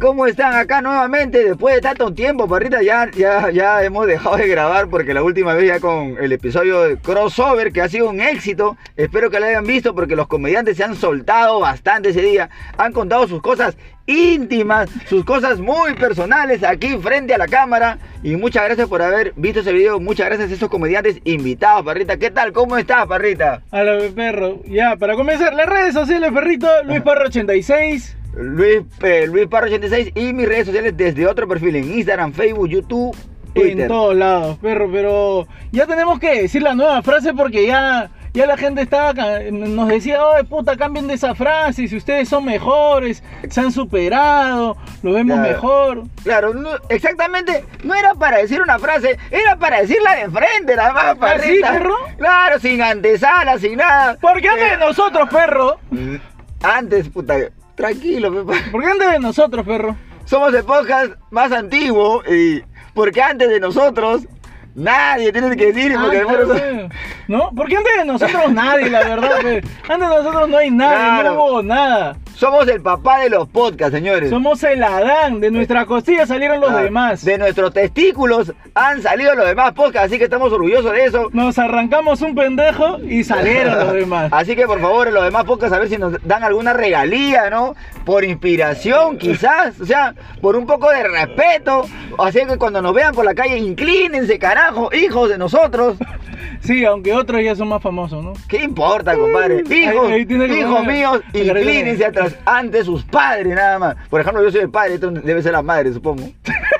¿Cómo están acá nuevamente? Después de tanto tiempo, parrita, ya, ya, ya hemos dejado de grabar porque la última vez ya con el episodio de crossover, que ha sido un éxito. Espero que lo hayan visto porque los comediantes se han soltado bastante ese día. Han contado sus cosas íntimas, sus cosas muy personales aquí frente a la cámara. Y muchas gracias por haber visto ese video. Muchas gracias a esos comediantes invitados, Parrita. ¿Qué tal? ¿Cómo estás, Parrita? A la vez, perro. Ya, para comenzar, las redes sociales, perrito, Luis Parro 86. Luis, eh, Luis Parro 86 y mis redes sociales desde otro perfil en Instagram, Facebook, YouTube, Twitter. En todos lados, perro, pero ya tenemos que decir la nueva frase porque ya, ya la gente estaba, ca- nos decía, oh, puta, cambien de esa frase, si ustedes son mejores, se han superado, lo vemos Claro. mejor. Claro, no- exactamente, no era para decir una frase, era para decirla de frente, nada más, Parrita. sí, perro? Claro, sin antesala, sin nada. Porque antes de nosotros, perro, Mm, Antes, puta, tranquilo, pepa. porque antes de nosotros, perro. Somos el podcast más antiguo y porque antes de nosotros nadie tiene que decir porque Ah, claro, nosotros- pe. ¿No? Porque antes de nosotros nadie, la verdad, pe. antes de nosotros no hay nadie, Claro. no hubo nada. somos el papá de los podcasts, señores. Somos el Adán, de nuestra costilla salieron los Ah, demás. De nuestros testículos han salido los demás podcasts, así que estamos orgullosos de eso. Nos arrancamos un pendejo y salieron los demás. Así que por favor, en los demás podcasts, a ver si nos dan alguna regalía, ¿no? Por inspiración, quizás, o sea, por un poco de respeto. Así que cuando nos vean por la calle, inclínense, carajo, hijos de nosotros. Sí, aunque otros ya son más famosos, ¿no? ¿Qué importa, compadre? Ahí- Hijos, ahí tiene que hijos poner- míos, la carita inclínense de- atrás, ante sus padres, nada más. Por ejemplo, yo soy el padre, esto debe ser la madre, supongo.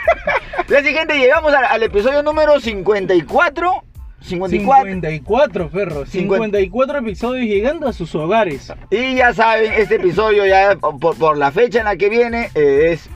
La siguiente, llegamos al, al episodio número 54. 54. 54, perro. 54 episodios llegando a sus hogares. Y ya saben, este episodio ya por, por la fecha en la que viene eh, es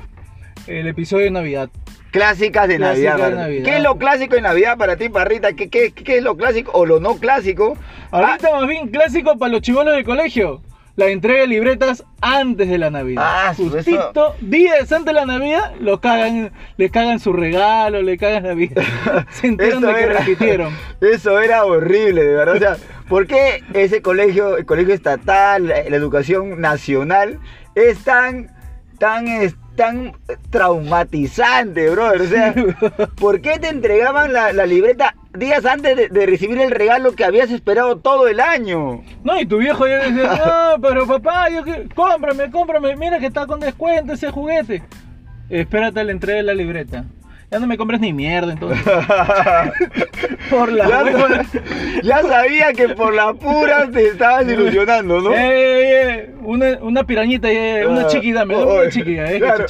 El episodio de Navidad. clásicas de Clásica Navidad. de Parrita. Navidad. ¿Qué es lo clásico de Navidad para ti, Parrita? ¿Qué, qué, qué es lo clásico o lo no clásico? Ah, Ahorita más bien clásico para los chivolos del colegio. La entrega de libretas antes de la Navidad. Ah, su- Justito, días antes de la Navidad, los cagan, les cagan su regalo, le cagan la vida. Se enteran de que repitieron. Eso era horrible, de verdad. O sea, ¿por qué ese colegio, el colegio estatal, la, la educación nacional, es tan, tan, es tan traumatizante, brother? O sea, ¿por qué te entregaban la, la libreta días antes de, de recibir el regalo que habías esperado todo el año? No, y tu viejo ya dice, no, pero papá, yo que... cómprame, cómprame, mira que está con descuento ese juguete. Espérate a la entrega de la libreta. Ya no me compres ni mierda, entonces. Por la ya, hueva. ya sabía que por las puras te estabas ilusionando, ¿no? Eh, eh, eh, una, una pirañita, eh, eh, una Ah, chiquita, me oye, una chiquita, eh. claro.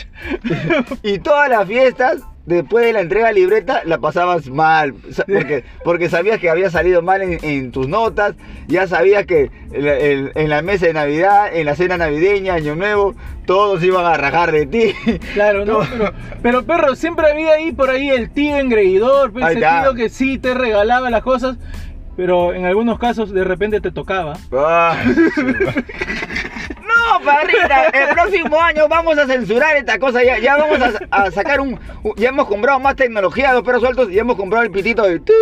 Y todas las fiestas, después de la entrega de libreta, la pasabas mal. sa- Porque, porque sabías que había salido mal en, en tus notas, ya sabías que en la, en- en la mesa de Navidad, en la cena navideña, Año Nuevo, todos iban a rajar de ti. Claro, no, pero, pero, perro, siempre había ahí por ahí el tío engreidor, pues, Ahí ese está. tío que sí te regalaba las cosas, pero en algunos casos de repente te tocaba. Ah, sí, va. No, parrita, el próximo año vamos a censurar esta cosa. Ya, ya vamos a, a sacar un. un- Ya hemos comprado más tecnología de los perros sueltos. Ya hemos comprado el pitito de. tú,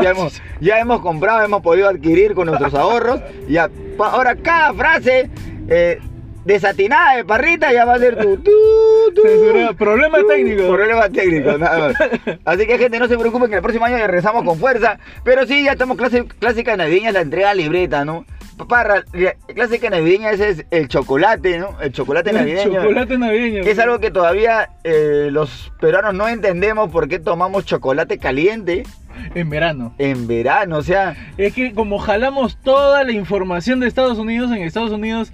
Ya hemos, ya hemos comprado, hemos podido adquirir con nuestros ahorros. Ya, pa- ahora, cada frase eh, desatinada de parrita ya va a ser tu. tú, tú, Censurada. Problema tú, técnico. Problema técnico, nada más. Así que, gente, no se preocupen que el próximo año regresamos con fuerza. Pero sí, ya estamos clase, clásica navideña, la entrega de libreta, ¿no? Papá, la clásica navideña ese es el chocolate, ¿no? El chocolate navideño. Chocolate navideño. Es algo que todavía eh, los peruanos no entendemos por qué tomamos chocolate caliente En verano. en verano. O sea, Es que como jalamos toda la información de Estados Unidos, en Estados Unidos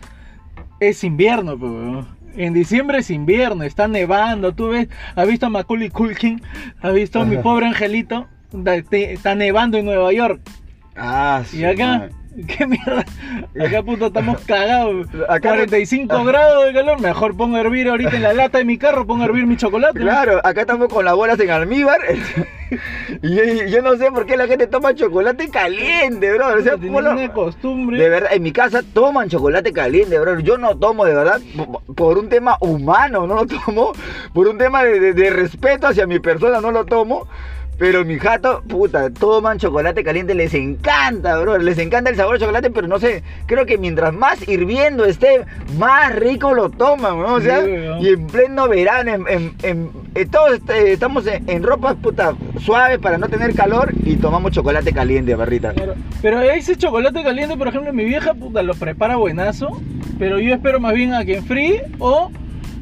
es invierno, pues, weón. En diciembre es invierno, está nevando, tú ves, has visto a Macaulay Culkin, has visto a mi Ajá. pobre angelito, Da- te- está nevando en Nueva York. ah, Y su acá, madre. qué mierda, acá puta estamos cagados. Acá- 45 grados de calor, mejor pongo a hervir ahorita en la lata de mi carro, pongo a hervir mi chocolate. Claro, acá estamos con las bolas en almíbar. y yo, yo no sé por qué la gente toma chocolate caliente, bro. O sea, Tienen ponlo- una costumbre. De verdad, en mi casa toman chocolate caliente, bro. Yo no tomo, de verdad, p- por un tema humano, no lo tomo. Por un tema de, de- de respeto hacia mi persona, no lo tomo. Pero mi jato, puta, toman chocolate caliente, les encanta, bro. Les encanta el sabor de chocolate, pero no sé, creo que mientras más hirviendo esté, más rico lo toman, ¿no? O sea, Sí, weón. y en pleno verano, en, en- en- eh, todos este, estamos en, en ropas, puta, suaves para no tener calor y tomamos chocolate caliente, barrita. Claro. Pero ese chocolate caliente, por ejemplo, mi vieja puta lo prepara buenazo. Pero yo espero más bien a que enfríe o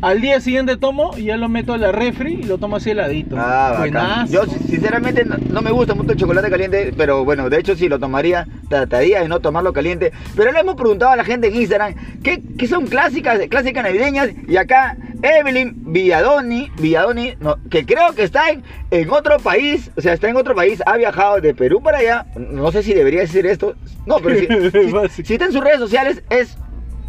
al día siguiente tomo y ya lo meto a la refri y lo tomo así heladito. Ah, bacán. buenazo. Yo si- sinceramente no, no me gusta mucho el chocolate caliente, pero bueno, de hecho si lo tomaría, trataría de no tomarlo caliente. Pero le hemos preguntado a la gente en Instagram qué, qué son clásicas, clásicas navideñas. Y acá Evelyn Villadoni, Villadoni, no, que creo que está en, en otro país, o sea, está en otro país, ha viajado de Perú para allá. No sé si debería decir esto. No, pero si- si, Básico. si está en sus redes sociales es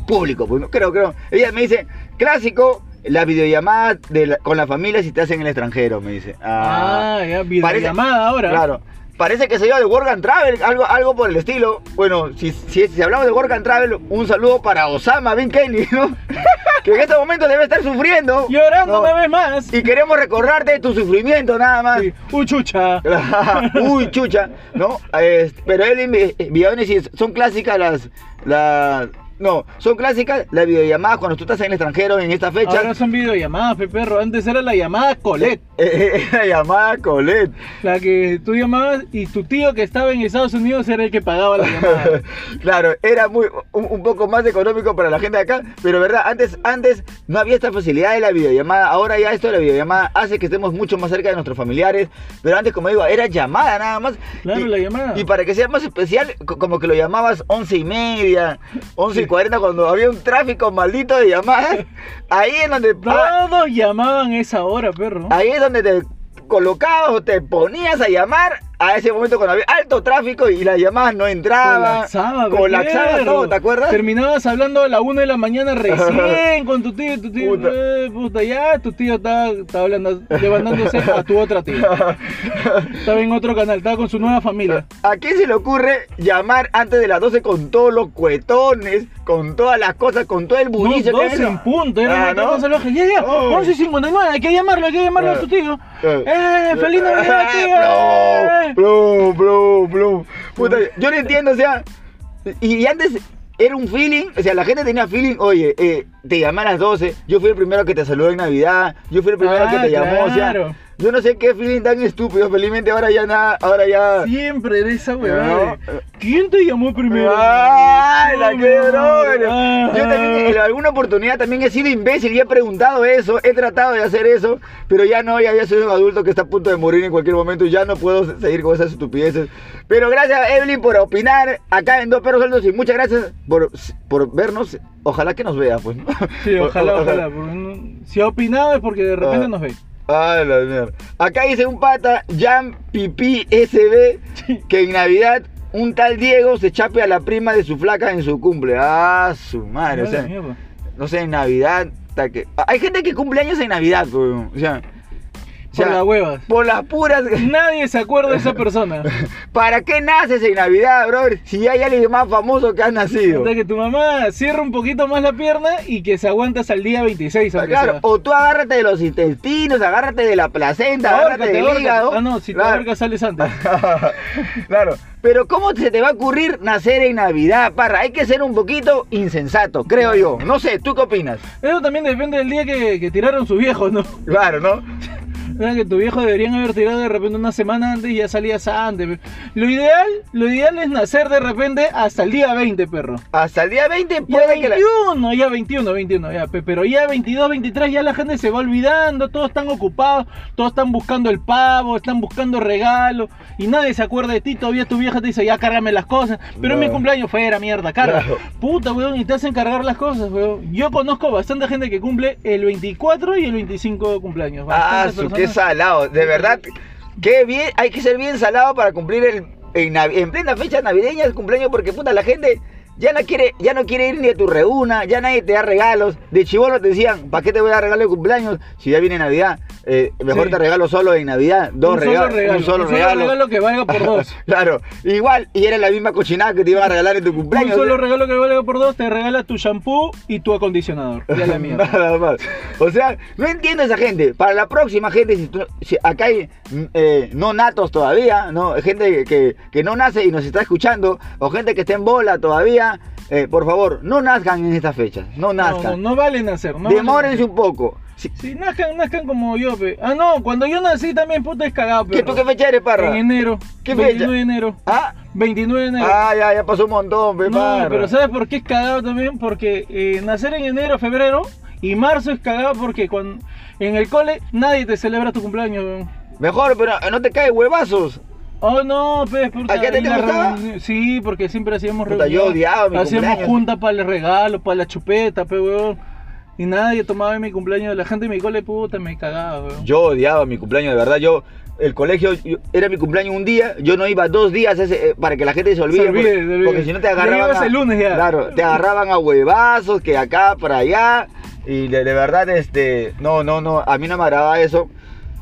público, pues no creo, creo. Ella me dice, clásico, la videollamada de la- con la familia si te hacen en el extranjero, me dice. Ah, ya, videollamada ahora. Claro. Parece que se dio de Work and Travel, algo, algo por el estilo. Bueno, si, si, si hablamos de Work and Travel, un saludo para Osama Bin Kelly, ¿no? que en este momento debe estar sufriendo. Llorando ¿no? una vez más. Y queremos recordarte de tu sufrimiento nada más. Sí. Uy, chucha. Uy, chucha, ¿no? Eh, pero él Villadones sí, son clásicas las, las... No, son clásicas las videollamadas cuando tú estás en el extranjero en esta fecha. Ahora son videollamadas, pe perro. Antes era la llamada Colette. Eh, eh, la llamada Colette. La que tú llamabas y tu tío que estaba en Estados Unidos era el que pagaba la llamada. claro, era muy un, un poco más económico para la gente de acá, pero verdad, antes, antes no había esta facilidad de la videollamada. Ahora ya esto de la videollamada hace que estemos mucho más cerca de nuestros familiares. Pero antes, como digo, era llamada nada más. Claro, Y- la llamada. Y para que sea más especial, co- como que lo llamabas once y media, once y cuarenta, cuando había un tráfico maldito de llamadas. Ahí es donde Todos llamaban a esa hora, perro. Ahí es donde te colocabas o te ponías a llamar a ese momento cuando había alto tráfico y las llamadas no entraban. Colapsaba, pe, colapsaba perro. todo, ¿te acuerdas? Terminabas hablando a la 1 de la mañana recién con tu tío, tu tío, Puta. eh, puta, ya, tu tío estaba, estaba hablando, levantándose a tu otra tía. Estaba en otro canal, estaba con su nueva familia. ¿A quién se le ocurre llamar antes de las 12 con todos los cuetones, con todas las cosas, con todo el No, bullicio que 12 había? en punto, era Ah, una ¿no? cosa loca. Ya, ya, Oh. 11 y 59, hay que llamarlo, hay que llamarlo a tu tío. ¡Eh, feliz Navidad, tío! Eh. Bro, bro, bro. Puta, yo no entiendo, o sea. Y, y antes era un feeling, o sea, la gente tenía feeling, oye, eh, te llamé a las 12, yo fui el primero que te saludó en Navidad, yo fui el primero Ah, que te llamó, o claro. sea. Yo no sé qué feeling tan estúpido, felizmente ahora ya nada, ahora ya. Eh. Siempre de esa huevada. No. de, ¿Quién te llamó primero? ¡Ay, la No, que mi amor. brother! Yo también eh, en alguna oportunidad también he sido imbécil y he preguntado eso, he tratado de hacer eso, pero ya no, ya, ya soy un adulto que está a punto de morir en cualquier momento y ya no puedo se- seguir con esas estupideces. Pero gracias, Evelyn, por opinar acá en Dos Perros Sueltos y muchas gracias por, por vernos. Ojalá que nos vea, pues. ¿no? Sí, O- ojalá, o- ojalá. porque no- Si ha opinado es porque de repente Ah. nos ve. Ay, la mierda. Acá dice un pata, Jan Pipi SB, que en Navidad un tal Diego se chape a la prima de su flaca en su cumple. Ah, su madre. O Madre sea, mierda. no sé, en Navidad. ta que- Ah, Hay gente que cumple años en Navidad, pues, weón. O sea, o sea, Por las huevas. por las puras. Nadie se acuerda de esa persona. ¿Para qué naces en Navidad, brother? Si hay alguien más famoso que ha nacido. Hasta que tu mamá cierra un poquito más la pierna y que se aguanta hasta el día 26. aunque Ah, Claro, sea. o tú agárrate de los intestinos, agárrate de la placenta, agárrate Ahórcate, del ahórcate. hígado. Ah, no, si te Claro. Ah. ahorcas sales antes. claro. Pero ¿cómo se te va a ocurrir nacer en Navidad, parra? Hay que ser un poquito insensato, creo yo. No sé, ¿tú qué opinas? Eso también depende del día que, que tiraron sus viejos, ¿no? Claro, ¿no? Era que tu viejo deberían haber tirado de repente una semana antes y ya salías antes. Lo ideal, lo ideal es nacer de repente hasta el día 20, perro. Hasta el día 20 Ya puede que la... 21, ya 21, 21, ya, pe- pero ya 22, 23, ya la gente se va olvidando, todos están ocupados, todos están buscando el pavo, están buscando regalos, y nadie se acuerda de ti, todavía tu vieja te dice, ya cárgame las cosas, pero en mi Claro. cumpleaños fue era mierda, carga. Claro. Puta, weón, y te hacen cargar las cosas, weón. Yo conozco bastante gente que cumple el 24 y el 25 de cumpleaños. Ah, bastantes su, qué personas. salado. De verdad, qué bien, hay que ser bien salado para cumplir el... En, Nav- en plena fecha navideña el cumpleaños porque puta la gente Ya no, quiere, ya no quiere ir ni a tu reúna, ya nadie te da regalos. De chivolo te decían, ¿para qué te voy a dar regalo de cumpleaños? Si ya viene Navidad, eh, mejor Sí. te regalo solo en Navidad, dos un regalos, solo regalo. un solo regalo. que valga por dos. Claro, igual, y era la misma cochinada que te iban a regalar en tu un cumpleaños. solo regalo que valga por dos te regala tu shampoo y tu acondicionador. Ya la mierda. Nada más. O sea, no entiendo a esa gente. Para la próxima gente, si, tú- si acá hay mm, eh, no natos todavía, no gente que, que no nace y nos está escuchando, o gente que está en bola todavía, eh, por favor, no nazcan en estas fechas. No No, no, nazcan. no vale nacer. No Demórense un poco. Si- Si nazcan, nazcan como yo, pe. Ah, no, cuando yo nací también, puta, es cagado, ¿Qué pero. tú qué fecha eres, parra? En enero. ¿Qué 29 fecha? de enero. ¿Ah? 29 de enero. ah, ya, ya pasó un montón, pe, no, parra. pero ¿sabes por qué es cagado también? Porque eh, nacer en enero, febrero y marzo es cagado porque cuando, en el cole nadie te celebra tu cumpleaños, weón. Mejor, pero eh, no te caes huevazos. Oh no, pues puta, ¿A qué te- en te la gustaba? reunión- Sí, porque siempre hacíamos Puta, yo odiaba mi Hacíamos cumpleaños. juntas para el regalo, para la chupeta, pe weón. Y nadie tomaba en mi cumpleaños. La gente en mi cole, puta, me cagaba, weón. Yo odiaba mi cumpleaños, de verdad. Yo, el colegio, yo- era mi cumpleaños un día, yo no iba dos días ese, eh, para que la gente se olvide. Se olvide, porque, se olvide. porque si no te Ya agarraban. ibas a- el lunes ya. Claro, te agarraban a huevazos, que acá, para allá. Y de, de verdad, este. No, no, no, a mí no me agradaba eso.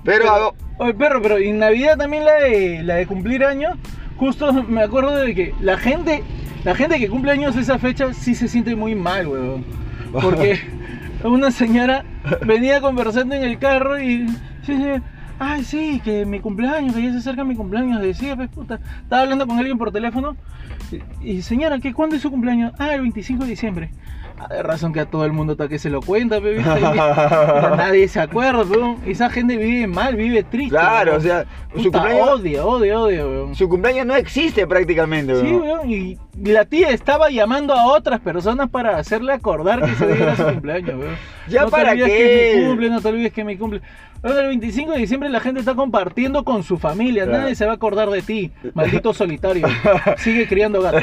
Pero, hago- Oye, perro, pero en Navidad también la de, la de cumplir años, justo me acuerdo de que la gente, la gente que cumple años esa fecha sí se siente muy mal, weón. Porque una señora venía conversando en el carro y sí, sí, ay sí, que mi cumpleaños, que ya se acerca mi cumpleaños, decía, pues puta, estaba hablando con alguien por teléfono y, y, señora, ¿qué, ¿cuándo es su cumpleaños? Ah, el 25 de diciembre. Ah, de razón que a todo el mundo hasta que se lo cuenta, pe, ¿viste? Ya nadie se acuerda, weón. Esa gente vive mal, vive triste. claro, weón. o sea, su Puta, cumpleaños, odia, odia, odia, weón. su cumpleaños no existe prácticamente, Sí, weón. weón, y la tía estaba llamando a otras personas para hacerle acordar que se diera su cumpleaños, weón. ¿Ya no para te olvides qué? que me cumple, no te olvides que me cumple. Ahora, el 25 de diciembre la gente está compartiendo con su familia, Claro. nadie se va a acordar de ti, maldito solitario. Sigue criando gatos.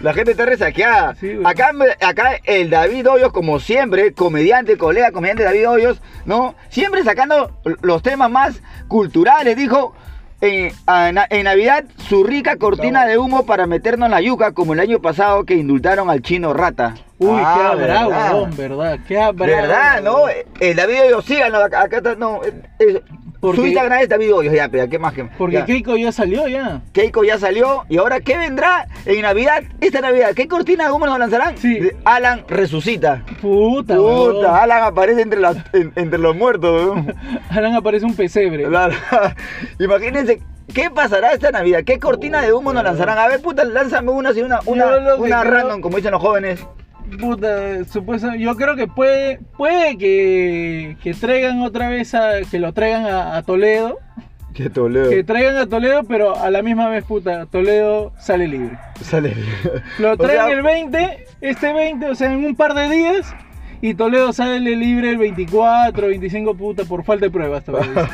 La gente está resaqueada. Sí, güey. acá, me- acá el David Hoyos, como siempre, comediante, colega, comediante David Hoyos, ¿no? Siempre sacando los temas más culturales, dijo. En, a- na- en Navidad, su rica cortina de humo para meternos en la yuca, como el año pasado que indultaron al chino rata. Uy, Ah, qué habrá, ¿verdad? weón, verdad, qué habrá. ¿Verdad, no? eh, weón. El David Hoyos, síganlo, acá, acá está, no. eh, eh, Porque- su Instagram es David Hoyos, ya, pero ¿qué más que Porque ya. Keiko ya salió ya. Keiko ya salió y ahora ¿qué vendrá en Navidad? Esta Navidad, ¿qué cortina de humo nos lanzarán? Sí. De- Alan resucita. Puta, weón. Puta, Alan aparece entre, las- en- entre los muertos. weón. Alan aparece un pesebre. Claro. Imagínense, ¿qué pasará esta Navidad? ¿Qué cortina de humo nos lanzarán? A ver, puta, lánzame una, así, una, una, Yo lo que una creo- random, como dicen los jóvenes. Puta, supuesto, yo creo que puede, puede que, que traigan otra vez a, que lo traigan a, a Toledo, Qué toleo. que traigan a Toledo, pero a la misma vez, puta, Toledo sale libre. Sale. Lo O traen sea, el 20, este 20, o sea, en un par de días, y Toledo sale libre el 24, 25, puta, por falta de pruebas todavía.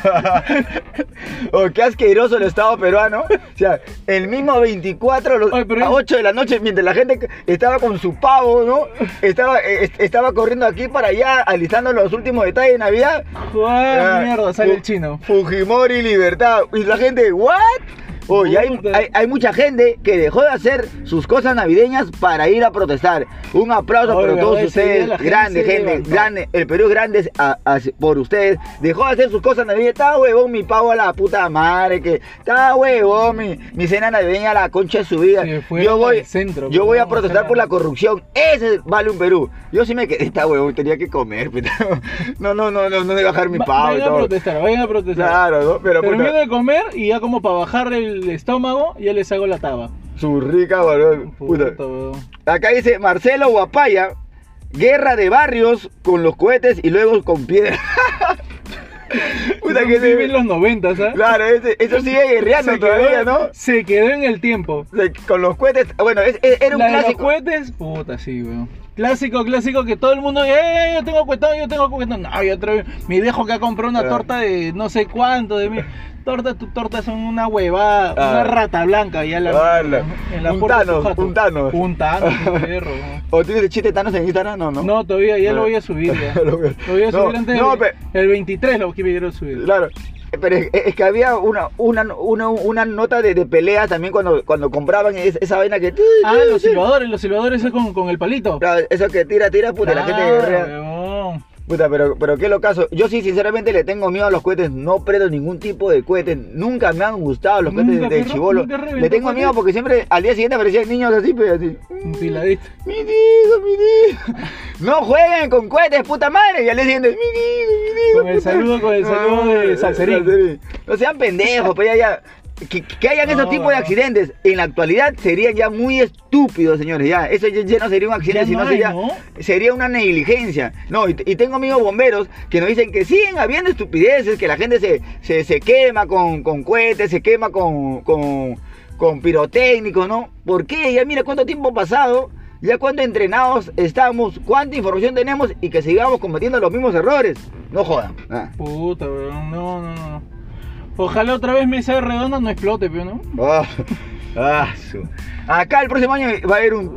oh, qué asqueroso el Estado peruano. O sea, el mismo 24 los- Oye, pero a es- 8 de la noche, mientras la gente estaba con su pavo, ¿no? Estaba, eh, est- estaba corriendo aquí para allá, alistando los últimos detalles de Navidad. Ah, Ah, mierda, sale fu- el chino. Fujimori, libertad. Y la gente, ¿what? Oye, hay, Puta. hay- hay mucha gente que dejó de hacer sus cosas navideñas para ir a protestar. Un aplauso Oye, para todos oye, sí, ustedes. la gente grande, se gente. levantó. Grande. El Perú es grande a- a- por ustedes. Dejó de hacer sus cosas navideñas. Está huevón mi pavo a la puta madre. que Está huevón mi, mi cena navideña a la concha de su vida. Se fueron Yo voy, al centro, yo pues, voy a vamos a protestar hacer por la la- corrupción. Ese vale un Perú. Yo sí me quedé, está huevón, tenía que comer. puta. No, no, no, no, no de bajar mi Va- pavo y vayan a todo. protestar, vayan a protestar. Claro, ¿no? Pero Termino puta, de comer y ya como para bajar el estómago, ya les hago la taba. su rica, varón. Puta. Puta, weón. Acá dice Marcelo Guapaya, guerra de barrios con los cohetes y luego con piedra. puta Eso que vive se... en los ¿ah? 90, ¿sabes? Claro, ese- eso sigue guerreando todavía, ¿no? se quedó en el tiempo. Se- Con los cohetes, bueno, es- es- era un La de los clásico. cohetes, puta, sí, weón. Clásico, clásico que todo el mundo, eh, yo tengo cuetón, yo tengo cuetón. No, yo otra vez, mi viejo que ha comprado una Ah. torta de no sé cuánto, de mi torta, tus tortas son una huevada, Ah. una rata blanca ya la, Ala. en la Un puerta de tu Thanos, jato. un Thanos. Un Thanos, perro. weón. ¿O tienes el chiste de Thanos en Instagram? No, no. No, todavía ya Ah. lo voy a subir. Ya. Lo voy a- Lo voy a No, subir antes no, del- pe- el 23 lo quiero subir. Claro. eh, Pero es, es que había una, una, una, una nota de, de pelea también cuando, cuando compraban es- esa vaina que. Ah, los silbadores, los silbadores es con, con el palito. Claro, Eso que tira, tira, puta, la gente Claro, guerrea. huevón. Puta, pero, pero qué locazo. Yo sí, sinceramente, le tengo miedo a los cohetes. No prendo ningún tipo de cohetes. Nunca me han gustado los cohetes Nunca, de perro, chivolo. nunca reventó Le tengo miedo cohetes. porque siempre al día siguiente aparecían niños así, pero así. Piladito. ¡Mi tío, mi tío! No jueguen con cohetes, puta madre. Y al día siguiente, ¡mi tío, mi tío! Con el saludo, con el saludo de Salserín. No sean pendejos, pues ya, ya. Que, que hayan esos No, tipos de no. accidentes en la actualidad serían ya muy estúpidos, señores. Ya, eso ya, ya no sería un accidente, Ya sino no hay, sería, ¿no? sería una negligencia. No, y, y tengo amigos bomberos que nos dicen que siguen habiendo estupideces, que la gente se, se, se quema con, con cohetes, se quema con, con, con pirotécnicos, ¿no? ¿Por qué? Ya mira cuánto tiempo ha pasado, ya cuánto entrenados estamos, cuánta información tenemos y que sigamos cometiendo los mismos errores. No jodan. Ah. Puta, weón. No, no, no. Ojalá otra vez mesa redonda no explote, pero no. Ah, ah, su- Acá el próximo año va a haber un...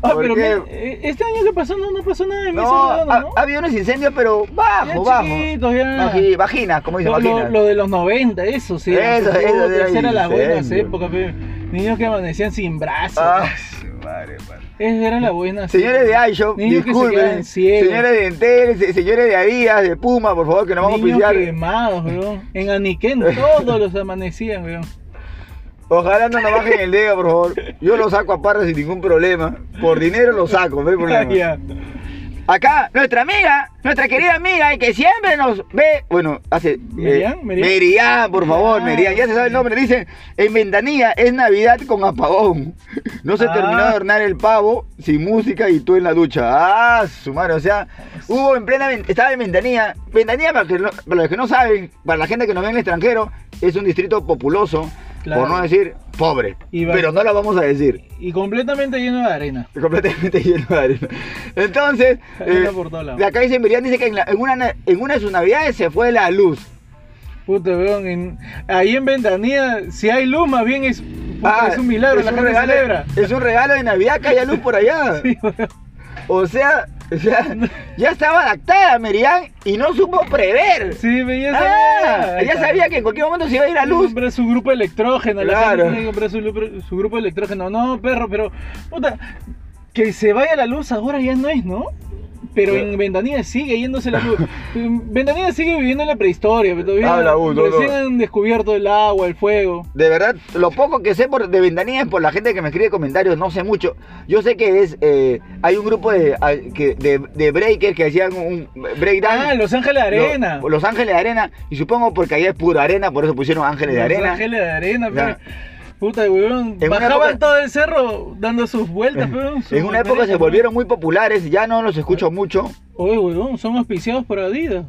Ah, ¿Por pero qué? mira, eh, este año que pasó no, no pasó nada de mesa No, redonda, ha, ¿no? ha habido unos incendios, pero bajo, Ya bajo. chiquitos, ya. Baji- vagina, como dicen, Lo, lo- vagina. lo de los 90, eso sí. Eso, eso Puta, era esas eran las buenas incendio. épocas, pe. Niños que amanecían sin brazos. Ah, su madre, madre. Esas eran las buenas. Señores épocas. de iShop, Niños que se disculpen. quedan ciegos. Señores de Entel, se- señores de Adidas, de Puma, por favor, que nos vamos Niños a pisar. quemados, weón. En Aniquén todos los amanecían, weón. Ojalá no nos bajen el dedo, por favor. Yo lo saco a parra sin ningún problema. Por dinero lo saco, no hay problema. Ya. Acá, nuestra amiga, nuestra querida amiga, y que siempre nos ve. Bueno, hace. eh, ¿Merian? ¿Merian? Merian, por favor, Ah, Merian. Ya se sabe el nombre. Dice: En ventanilla es Navidad con apagón. No se Ah. terminó de adornar el pavo sin música y tú en la ducha. Ah, su madre. O sea, hubo en plena. ven- Estaba en ventanilla. Ventanilla, para, que no- para los que no saben, para la gente que nos ve en el extranjero, es un distrito populoso, Claro. por no decir pobre. Y va- Pero no lo vamos a decir. Y completamente lleno de arena. Completamente lleno de arena. Entonces, eh, Arena por todos lados. de acá dice Miriam, dice que en, la- en una, na- en una de sus navidades se fue la luz. Puta, weón. en- ahí en Ventanilla, si hay luz, más bien es, puta, Ah, es un milagro, la un gente regalo, celebra. Es un regalo de Navidad que haya luz por allá. Sí, weón. O sea, ya, ya estaba adaptada Miriam y no supo prever. Sí, ve, ya Ah, sabía. ya sabía que en cualquier momento se iba a ir la Tiene que luz. comprar su grupo electrógeno. La Claro. gente tiene que comprar su, lupro- su grupo electrógeno. No, perro, pero. Puta, que se vaya la luz ahora ya no es, ¿no? Pero en Ventanilla sigue yéndose la luz. Ventanilla sigue viviendo en la prehistoria. pero Todavía Habla, uh, no, recién no. han descubierto el agua, el fuego. De verdad, lo poco que sé por, de Ventanilla es por la gente que me escribe comentarios, no sé mucho. Yo sé que es, eh, hay un grupo de, a- que- de, de breakers que hacían un breakdown. Ah, Los Ángeles de Arena. Lo- Los, Ángeles de Arena. Y supongo porque allá es puro arena, por eso pusieron Ángeles de Los Arena. Ángeles de Arena, Ya. pero. Puta, weón. En una Bajaban época- todo el cerro dando sus vueltas, weón. sus En una época se volteretas, volvieron muy populares, ya no los escucho mucho. weón. Oye, weón, son auspiciados por Adidas.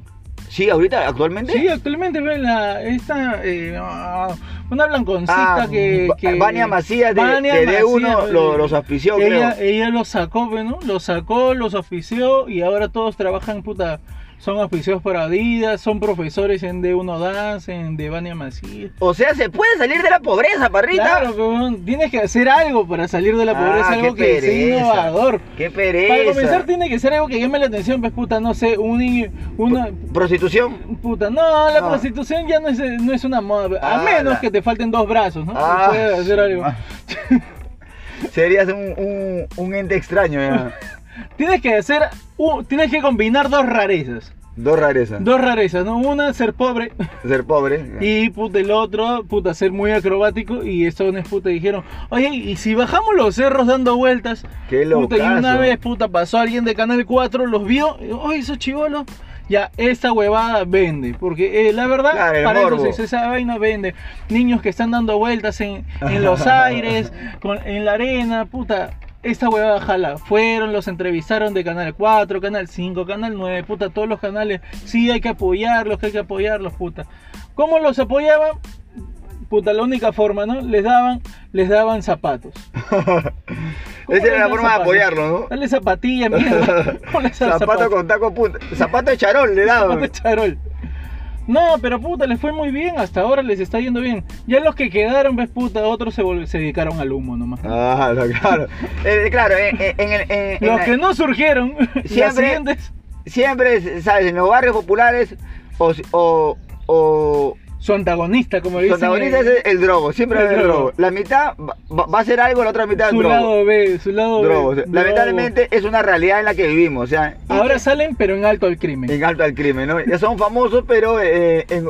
Sí, ahorita, actualmente. Sí, actualmente ven la, esta, eh, ah, una blanconcita Ah, que, Va- que... Vania Macías de- de D1 Macías, lo- eh, los auspició, ella, creo. Ella los sacó, pues, ¿no? Los sacó, los auspició y ahora todos trabajan, puta, son auspiciados por Adidas, son profesores en D1 Dance, en de Vania Macías. O sea, se puede salir de la pobreza, parrita. Claro, pero tienes que hacer algo para salir de la pobreza, Ah, algo qué que sea pereza. innovador. Qué pereza. Para comenzar tiene que ser algo que llame la atención, pues puta, no sé, un, ni- una, Prostitución. Puta, no, la No. prostitución ya no es, no es una moda. A Ah, menos la- que te falten dos brazos, ¿no? Ah, Puedes hacer algo. ma- Serías un, un- un ente extraño, ya. Tienes que hacer. u- tienes que combinar dos rarezas. Dos rarezas. Dos rarezas, ¿no? Una, ser pobre. Ser pobre. ya. Y puta, el otro, puta, ser muy acrobático. Y estos es puta dijeron, oye, y si bajamos los cerros dando vueltas. Qué Puta, y una locazo. vez, puta, pasó alguien de Canal 4, los vio. y, Oye, esos chivolos. Ya, esta huevada vende, porque eh, la verdad, Claro, el para morbo. eso se- esa vaina vende. Niños que están dando vueltas en, en los aires, con- en la arena, puta, esta huevada jala. Fueron, los entrevistaron de Canal 4, Canal 5, Canal 9, puta, todos los canales. Sí, hay que apoyarlos, que hay que apoyarlos, puta. ¿Cómo los apoyaban? Puta, la única forma, ¿no? Les daban, les daban zapatos. ¿Cómo Esa les era la dan forma de zapatos? apoyarlo, ¿no? Dale zapatillas, mierda. Ponle Zapato esas zapatos. con taco punta. Zapato de charol le zapato daban. de charol. No, pero puta, les fue muy bien, hasta ahora les está yendo bien. Ya los que quedaron, ves puta, otros se, vol- se dedicaron al humo nomás. Ah, no, claro. Eh, claro, en, en- en el- en- en Los la- que no surgieron, las Siempre- siguientes. siempre, sabes, en los barrios populares o, si- o, o Su antagonista, como su dicen. antagonista eh, es el drogo, siempre va a el haber el drogo. drogo. La mitad va, va- va a ser algo, la otra mitad es su drogo. lado B, su lado Drogo, o B. sea, Lamentablemente es una realidad en la que vivimos, o sea, Ahora salen, pero en alto al crimen. en alto al crimen, ¿no? Ya son famosos, pero eh, en,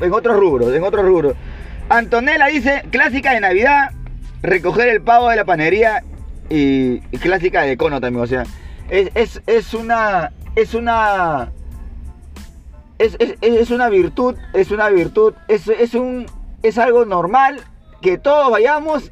en otros rubros, en otros rubros. Antonella dice, clásica de Navidad, recoger el pavo de la panería y, y clásica de cono también, o sea, es, es, es una... Es una es, es- es una virtud, es una virtud, es, es un, es algo normal que todos vayamos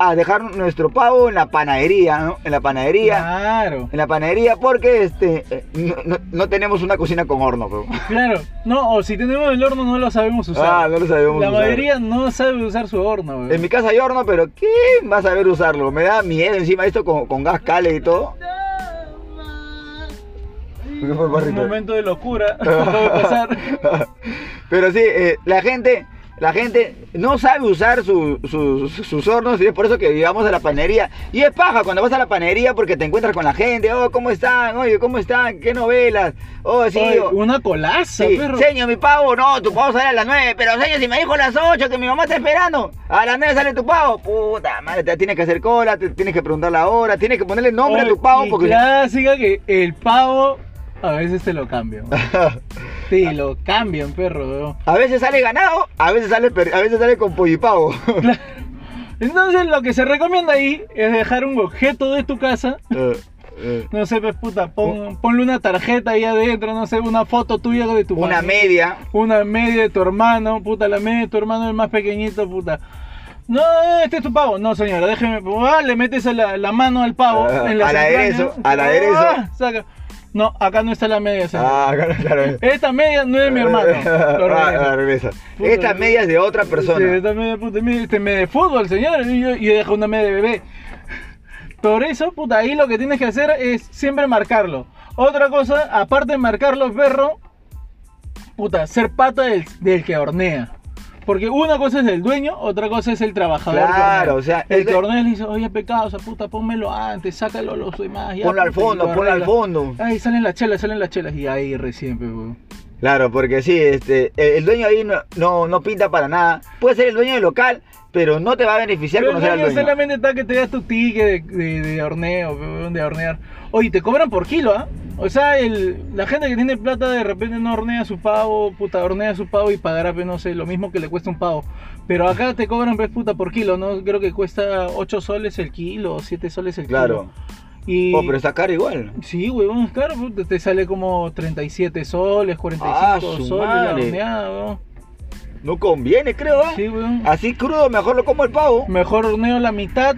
a dejar nuestro pavo en la panadería, ¿no? En la panadería Claro, en la panadería porque este eh, no, no- no tenemos una cocina con horno. pero- claro. No, o si tenemos el horno no lo sabemos usar. ah, no lo sabemos. La usar. mayoría no sabe usar su horno, En weón. mi casa hay horno, pero ¿quién va a saber usarlo? Me da miedo encima esto con, con gas cale y todo. ¿Qué fue, Un Barrito? momento de locura. acabo de pasar. Pero sí, eh, la gente, la gente no sabe usar su- su- su- sus hornos y es por eso que vivamos a la panería. Y es paja cuando vas a la panería porque te encuentras con la gente, oh, ¿cómo están? Oye, ¿cómo están? ¿Qué novelas? Oh, sí, Oye, o- una colaza, Sí, perro. señor, mi pavo, no, tu pavo sale a las 9, pero señor, si me dijo a las 8 que mi mamá está esperando, a las 9 sale tu pavo, puta madre, te tienes que hacer cola, te tienes que preguntar la hora, tienes que ponerle nombre a Oye, tu pavo y porque... Clásica que el pavo a veces te lo cambian. Te lo cambian, perro, weón. A veces sale ganado, a veces sale, per- a veces sale con pollipavo. Entonces lo que se recomienda ahí es dejar un objeto de tu casa. Eh, eh, No sé, pues puta, pon- ponle una tarjeta ahí adentro, no sé, una foto tuya de tu Una familia, media. Una media de tu hermano, puta, la media de tu hermano es más pequeñito, puta. No, este es tu pavo. No, señora, déjeme. Ah, le metes la, la mano al pavo. Ah, en las al entrañas. aderezo, al Ah, aderezo. saca. No, acá no está la media, señora. Ah, claro, claro. Esta media no es mi hermano. Lo Ah, regresa. la regresa. Puta, Estas medias de otra Sí, persona. esta media, puta, mira, este media de fútbol, señor. Y yo, y yo dejo una media de bebé. Por eso, puta, ahí lo que tienes que hacer es siempre marcarlo. Otra cosa, aparte de marcarlo, perro, puta, ser pata del, del que hornea. Porque una cosa es el dueño, otra cosa es el trabajador. que Claro, hornea. o sea, El es que de- hornea le dice, oye, pecado, o sea, puta, pónmelo antes, sácalo a los demás. ya, Ponlo al puta, y fondo, lo ponlo al arregla. fondo. Ahí salen las chelas, salen las chelas. Y ahí recién, pe, weón. Claro, porque sí, este, el, el dueño ahí no, no, no pinta para nada. Puede ser el dueño del local, pero no te va a beneficiar Pero el conocer al dueño dueño. solamente está que te das tu ticket de, de- de horneo, pe, weón, de hornear. Oye, te cobran por kilo, ¿ah? O sea, el, la gente que tiene plata de repente no hornea su pavo, puta, hornea su pavo y pagará, pe, no sé, lo mismo que le cuesta un pavo. Pero acá te cobran, pues, puta, por kilo, ¿no? Creo que cuesta 8 soles el kilo, o 7 soles el Claro. kilo. Y... Oh, pero está caro igual. Sí, huevón, es caro, puta, te sale como 37 soles, 45 Ah, su soles la madre. horneada, huevón. No conviene, creo, ¿ah? Sí, huevón. Así crudo, mejor lo como el pavo. Mejor horneo la mitad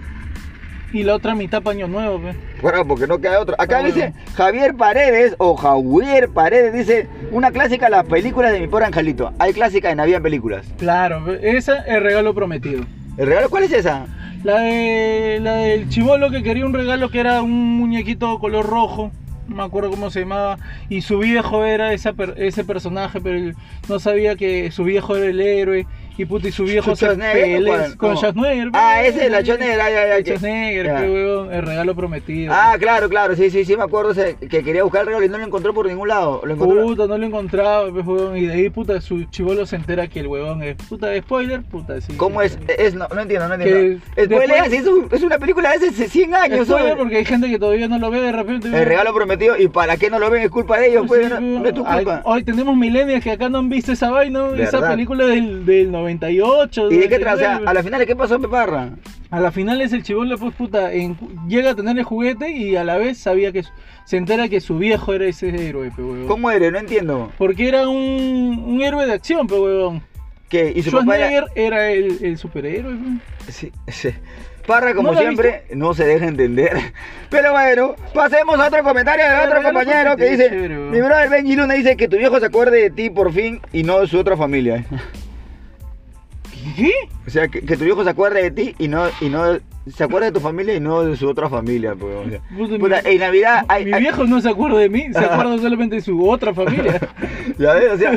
y la otra mitad paño nuevo, pe. Bueno, porque no queda otro. Acá Ah, dice bueno. Javier Paredes o Javier Paredes dice una clásica las películas de mi pobre angelito. Hay clásica de Navidad en películas. Claro, pe, esa es el regalo prometido. ¿El regalo cuál es esa? La, de, la del chivolo que quería un regalo que era un muñequito color rojo, no me acuerdo cómo se llamaba, y su viejo era esa per- ese personaje, pero él no sabía que su viejo era el héroe, y puta, y su viejo se Schwarzenegger, pelea ¿cuál? con No. Schwarzenegger. Ah, pe. ese es la Schwarzenegger, ay, ay, ay, El que- Schwarzenegger, ya. pe, huevón, el regalo prometido. Ah, claro, claro, sí, sí, sí, me acuerdo ese, que quería buscar el regalo y no lo encontró por ningún lado. Lo encontró. Puta, no lo encontraba, pues, huevón. Y de ahí, puta, su chivolo se entera que el huevón es. Puta, spoiler, puta, sí. ¿Cómo es? es no, no entiendo, no entiendo. Que Es, después- es, un- es una película de hace 100 años. Spoiler ¿sabes? porque hay gente que todavía no lo ve de repente. "Ah, El regalo prometido, ¿y para qué no lo ven? Es culpa de ellos, pues, Sí, no, huevón. no es tu Ay, oh, culpa. Hoy tenemos millennials que acá no han visto esa vaina, esa ¿Verdad? película del, del 98. ¿Y de qué tra- o 99. sea, a la final, ¿qué pasó, Peparra? A la final es el chivolo, pues puta, en- llega a tener el juguete y a la vez sabía que su- se entera que su viejo era ese héroe, pe, huevón. ¿Cómo eres? No entiendo. Porque era un, un héroe de acción, pe, huevón. ¿Qué? ¿Y su papá era- Schwarzenegger era, el, el superhéroe, pe. Sí, sí. Parra, como ¿No lo siempre, no se deja entender. Pero bueno, pasemos a otro comentario de Pero otro regalo compañero que positivo, dice: chévere, weón. Mi brother Benji Luna dice que tu viejo se acuerde de ti por fin y no de su otra familia. ¿Qué? O sea, que, que tu viejo se acuerde de ti y no, y no se acuerde de tu familia y no de su otra familia. pues, o sea. Puta, mi- Puta, en Navidad hay, Mi hay- viejo no se acuerda de mí, se acuerda solamente de su otra familia. ya ves, o sea,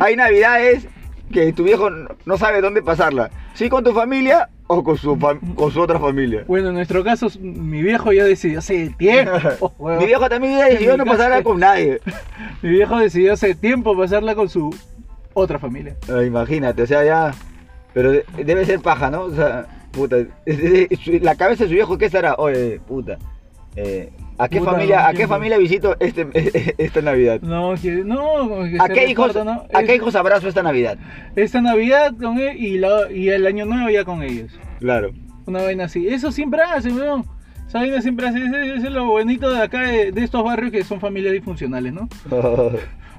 hay Navidades que tu viejo no- no sabe dónde pasarla. Sí con tu familia o con su, fam- con su otra familia. Bueno, en nuestro caso, mi viejo ya decidió hace tiempo. huevón. Mi viejo también decidió no pasarla con nadie. Mi viejo decidió hace tiempo pasarla con su otra familia. Ah, imagínate, o sea, ya. Pero de- debe ser paja, ¿no? O sea, puta. su- La cabeza de su viejo, ¿qué será? Oye, puta. eh, ¿A qué Puta, familia, no a qué entiendo. familia visito este, esta Navidad? No, que, no, como que ¿A se qué, hijos, recuerda, ¿no? ¿A Es- qué hijos abrazo esta Navidad? Esta Navidad con él y, la- y el Año Nuevo ya con ellos. Claro. Una vaina así. Eso siempre hace, weón. Esa vaina siempre hace. Ese, ese es lo bonito de acá, de, de estos barrios que son familias disfuncionales, ¿no?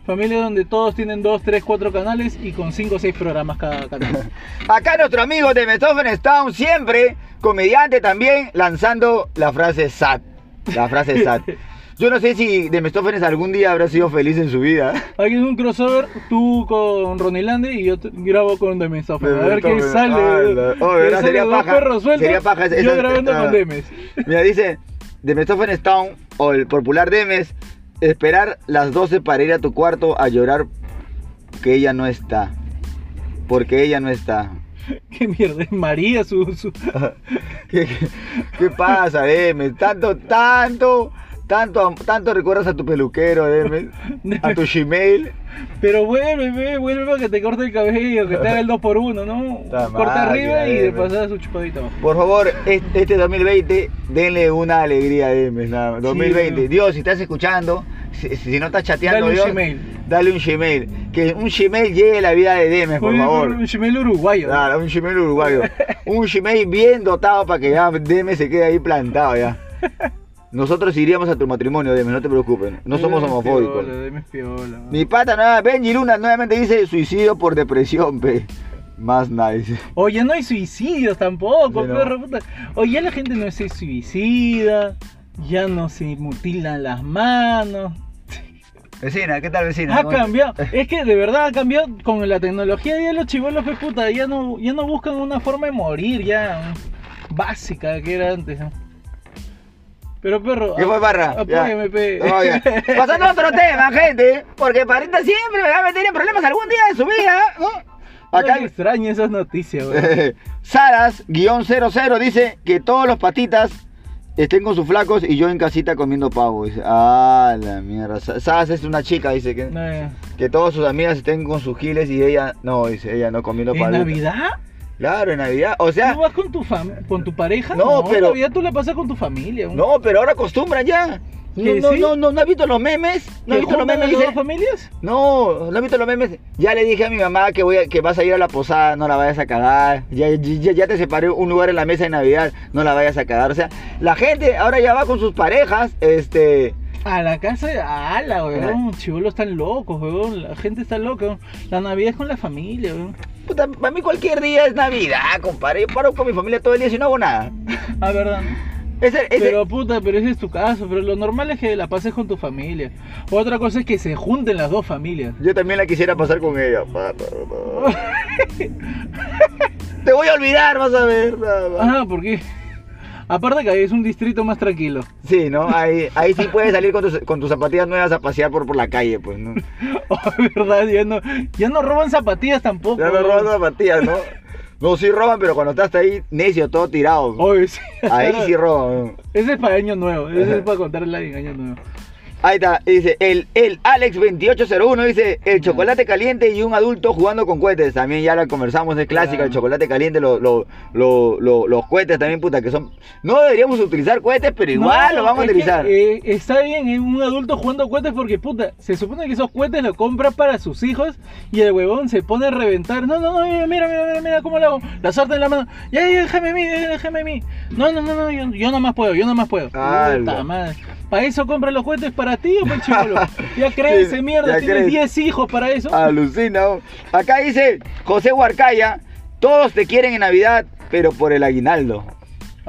Familias donde todos tienen dos, tres, cuatro canales y con cinco o seis programas cada canal. Acá nuestro amigo de Metophen Town, siempre comediante también, lanzando la frase sad. La frase sad. Yo no sé si Demestófenes algún día habrá sido feliz en su vida. Aquí es un crossover, tú con Ronilande y yo t- grabo con Demes. A ver qué Demisófano. sale. Ah, weón. la- oh, Que ¿verdad? sale Sería dos paja. perros sueltos, Sería paja esa- Yo esa- grabando ah. con Demes. Mira, dice Demestófenes Town o el popular Demes, esperar las 12 para ir a tu cuarto a llorar que ella no está. Porque ella no está. Qué mierda, es María su... su- ¿Qué, qué- qué pasa, Demes? Tanto, tanto, tanto, am- tanto recuerdas a tu peluquero, Demes, a tu Gmail. Pero vuelve, ve, vuelve para que te corte el cabello, que te haga el 2x1, ¿no? Está Corta mal, eh, arriba y ya, de Demes. pasada su chupadita abajo. Por favor, es- este 2020, denle una alegría a Demes, nada más. Sí, 2020. no. Dios, si estás escuchando, si, si no estás chateando, Dale un Dios, Gmail. dale un Gmail. Que un Gmail llegue a la vida de Demes, por Oye, favor. Un chimel uruguayo. ¿no? Claro, un Gmail uruguayo. Un Gmail bien dotado para que ya Demes se quede ahí plantado ya. Nosotros iríamos a tu matrimonio, Demes, no te preocupes. No somos Demes homofóbicos. piola, Demes piola. Mi pata nueva, Benji Luna nuevamente dice suicidio por depresión, pe. Más nice. Oye, no hay suicidios tampoco, Sí, no. perro puta. Oye, ya la gente no se suicida, ya no se mutilan las manos. Vecina, ¿qué tal vecina? Ha ¿Cómo- cambiado, es que de verdad ha cambiado con la tecnología ya los chivolos pues puta, ya no, ya no buscan una forma de morir ya básica que era antes. ¿no? Pero perro, ¿Qué fue, Barra? apóyame, pe. No, ya. Pasando a otro tema, gente. Porque Parrita siempre me va a meter en problemas algún día de su vida. ¿no? Acá Acá, extraño esas noticias, güey. Saras-00 dice que todos los patitas estén con sus flacos y yo en casita comiendo pavo. Dice, ah, la mierda. Sa- Saras es una chica, dice que, No, ya. que todas sus amigas estén con sus giles y ella, no, dice, ella no comiendo ¿En pavo. Navidad? Claro, en Navidad. O sea, ¿Tú vas con tu, fam- con tu pareja? No, pero- Navidad tú la pasas con tu familia. güey. no, pero ahora acostumbran ya. No, ¿Que no, sí? no, no, ¿no has visto los memes? ¿No has ¿Que visto los juntan a memes? las Dice, dos familias? No, ¿no has visto los memes? Ya le dije a mi mamá que voy a- que vas a ir a la posada, no la vayas a cagar. Ya, ya, ya te separé un lugar en la mesa de Navidad, no la vayas a cagar. O sea, la gente ahora ya va con sus parejas, este... A la casa de ala, weón. Chivolos están locos, weón. La gente está loca. weón. La Navidad es con la familia, weón. Puta, para mí cualquier día es Navidad, compadre. Yo paro con mi familia todo el día y no hago nada. Ah, verdad. Ese, ese- Pero puta, pero ese es tu caso. Pero lo normal es que la pases con tu familia. Otra cosa es que se junten las dos familias. Yo también la quisiera pasar con ella. pata, no. te voy a olvidar, vas a ver. nada más. Ah, porque. Aparte que ahí es un distrito más tranquilo. Sí, ¿no? Ahí, ahí sí puedes salir con tus, con tus zapatillas nuevas a pasear por, por la calle, pues, ¿no? Ah, verdad, ya no, ya no roban zapatillas tampoco. Ya no weón. roban zapatillas, ¿no? No, sí roban, pero cuando estás ahí necio, todo tirado. Oye, sí. Ahí sí roban. Ese es para año nuevo. Ese Ajá. es para contarle a alguien año nuevo. Ahí está, dice el, el Alex2801, dice el chocolate caliente y un adulto jugando con cohetes. También ya lo conversamos, es clásica, Claro. el chocolate caliente, lo- lo- lo- lo- los cohetes también, puta, que son. No deberíamos utilizar cohetes, pero igual No, los vamos a es que, utilizar. eh, está bien en un adulto jugando cohetes porque puta, se supone que esos cohetes los compra para sus hijos y el huevón se pone a reventar. No, no, no, mira, mira, mira, mira cómo lo hago. La suerte en la mano. Ya, ya, déjame a mí, ya, déjame a mí. No, no, no, no, yo, yo nomás puedo, yo nomás puedo. Ala. Puta madre. Para eso compra los cohetes para ti o para chivolo. Ya crece, Sí, mierda, ya Ah, tienes crece. 10 hijos para eso. Alucina. ¿no? Acá dice José Huarcaya, todos te quieren en Navidad, pero por el aguinaldo.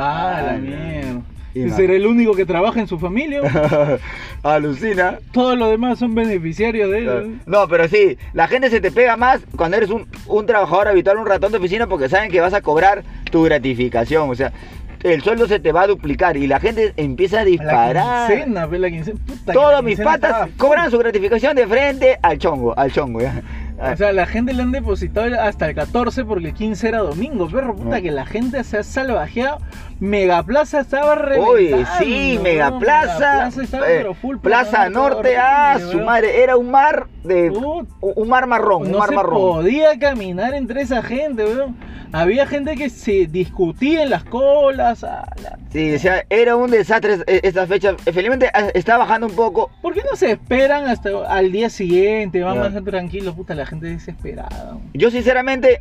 Ah, Ala. la mierda. Ima- Será el único que trabaja en su familia. Alucina. Todos los demás son beneficiarios de él. Claro. No, pero sí, la gente se te pega más cuando eres un, un trabajador habitual, un ratón de oficina, porque saben que vas a cobrar tu gratificación. O sea, el sueldo se te va a duplicar y la gente empieza a La disparar. quincena, ve la quincena. Puta, que la Todos mis quincena patas estaba- cobran su gratificación de frente al chongo, al chongo, ya. O sea, la gente le han depositado hasta el 14 porque el 15 era domingo, perro. Puta No. que la gente se ha salvajeado. Megaplaza estaba reventando. Oye, Ah, sí, Megaplaza, Megaplaza estaba eh, pero full. Plaza pero Norte, horrible, ah, su weón. madre, era un mar de... Puta, Un mar marrón, un no mar se marrón. podía caminar entre esa gente, weón. Había gente que se discutía en las colas. a la- Sí, o sea, era un desastre e- esta fecha. Eh, Felizmente eh, está bajando un poco. ¿Por qué no se esperan hasta al día siguiente? Van Ya. más tranquilos, puta, la gente desesperada. weón. Yo sinceramente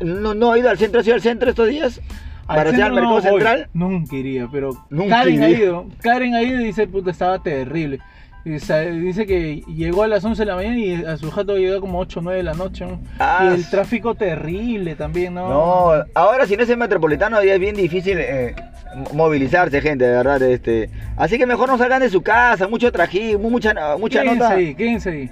no, no he ido al centro, he ido al centro estos días. Al Para ir al centro mercado voy. central. Nunca iría, pero Nunca Karen ha iría. ido. Karen ha ido y dice, puta, estaba terrible. Y sa- dice que llegó a las 11 de la mañana y a su jato llegó como 8 o 9 de la noche. ¿no? Ah, y el tráfico terrible también, ¿no? No, ahora si no es el metropolitano ya es bien difícil eh, mo- movilizarse, gente, de verdad. Este. Así que mejor no salgan de su casa, mucho trajín, mu- mucha, mucha quédense nota. ahí, quédense ahí.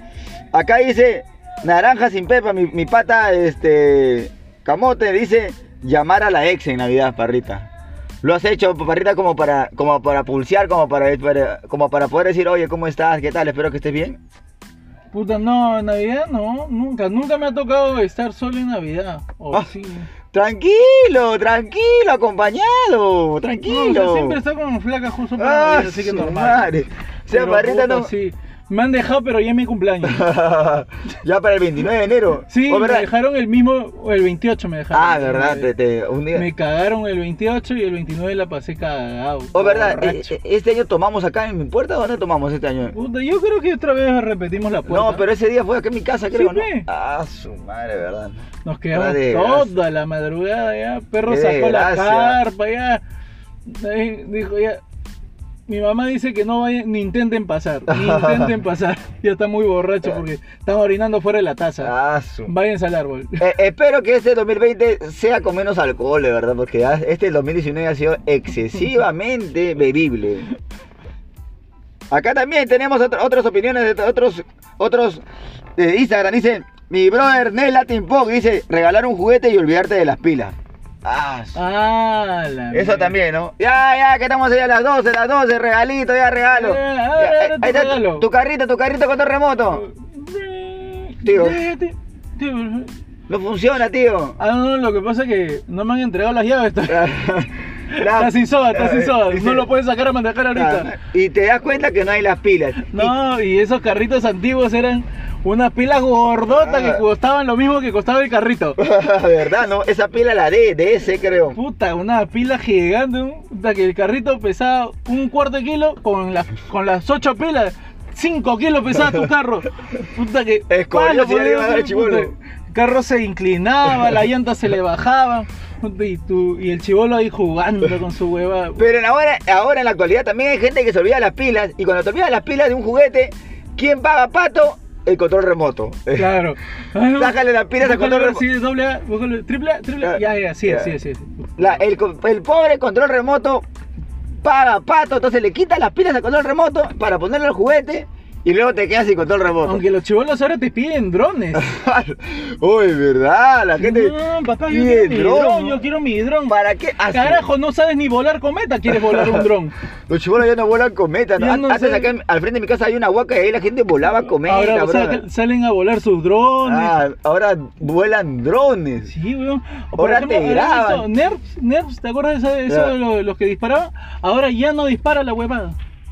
Acá dice, naranja sin pepa, mi, mi pata, este, camote, dice, llamar a la ex en Navidad, parrita. Lo has hecho, parrita, como para, como para pulsear, como para, para- como para poder decir, oye, ¿cómo estás? ¿Qué tal? Espero que estés bien. Puta, no, en Navidad no, nunca, nunca me ha tocado estar solo en Navidad. O Ah, sí. Tranquilo, tranquilo, acompañado, No, o tranquilo. sea, siempre está con flaca justo para Ah, Navidad, así que su normal. madre. O sea, Pero, parrita puta, no... sí. Me han dejado, pero ya es mi cumpleaños. ya para el 29 de enero. Sí, Oh, me ¿verdad? dejaron el mismo, o el 28 me dejaron. Ah, verdad, te, Me, te- un día... me cagaron el 28 y el 29 la pasé cagado. Oh, verdad, eh, borracho. eh, este año tomamos acá en mi puerta, ¿dónde tomamos este año? Puta, yo creo que otra vez repetimos la puerta. No, pero ese día fue acá en mi casa, Sí, creo, ¿no? pe. Ah, su madre, ¿verdad? Nos quedamos de toda la madrugada ya. Perro Qué sacó la desgracia. carpa ya. Eh, Dijo ya. Mi mamá dice que no vayan, ni intenten pasar, ni intenten pasar. Ya está muy borracho porque están orinando fuera de la taza. Ah, su... Váyanse al árbol. Eh, espero que este 2020 sea con menos alcohol, de verdad, porque ya este 2019 ha sido excesivamente bebible. Acá también tenemos otro- otras opiniones de otros, otros de Instagram. Dice, mi brother Nel Latin Pop", dice, regalar un juguete y olvidarte de las pilas. Ah, su- Ah, la Eso mierda. también, ¿no? Ya, ya, que estamos ahí a las 12, las 12, regalito, ya regalo. Ya, Ya, a ahí- ver, a ver, ahí tu está regalo. tu carrito, tu carrito con remoto. Tío. Tío. Tío. No funciona, tío. Ah, no, lo que pasa es que no me han entregado las llaves todavía. Está Está sin soda, está sin soda. Y No se- lo puedes sacar a manejar ahorita. Y te das cuenta que no hay las pilas. No, y esos carritos antiguos eran unas pilas Ah. gordotas que costaban lo mismo que costaba el carrito. De verdad, ¿no? Esa pila la de, de ese, creo. Puta, una pila gigante, ¿no? puta, que el carrito pesaba un cuarto de kilo con las con las ocho pilas, cinco kilos pesaba tu carro. Puta que Escobió palo, si ya le iba a dar el puta, chibolo. El carro se inclinaba, la llanta se le bajaba, puta, y tu- y el chivolo ahí jugando con su hueva. Pero en ahora, ahora en la actualidad también hay gente que se olvida las pilas. Y cuando te olvidas las pilas de un juguete, ¿quién paga pato? El control remoto. Claro. Ah, Sácale las pilas al Búscalo, control Sí, doble A, búscalo, triple A, triple A. Ya, ya, sí, Ah, Ya. sí, sí. sí. La- el, co- el pobre control remoto paga pato, entonces le quita las pilas al control remoto para ponerle al juguete y luego te quedas sin control remoto. Aunque los chivolos ahora te piden drones. Uy, verdad, la gente. No, papá, yo pide quiero mi dron, dron, ¿no? yo quiero mi dron. ¿Para qué? Ah, sí. Carajo, no sabes ni volar cometa, quieres volar un dron. Los chibolos ya no vuelan cometa. ¿no? Ya no Antes sé. acá en- al frente de mi casa hay una huaca y ahí la gente volaba cometa, Ahora o sea, brother. que salen a volar sus drones. Ah, ahora vuelan drones. Sí, weón. O Ahora te ¿habrás graban. Ah. visto Nerfs, Nerfs, ¿te acuerdas de eso, de eso Ya. de lo- los que disparaban? Ahora ya no dispara la huevada.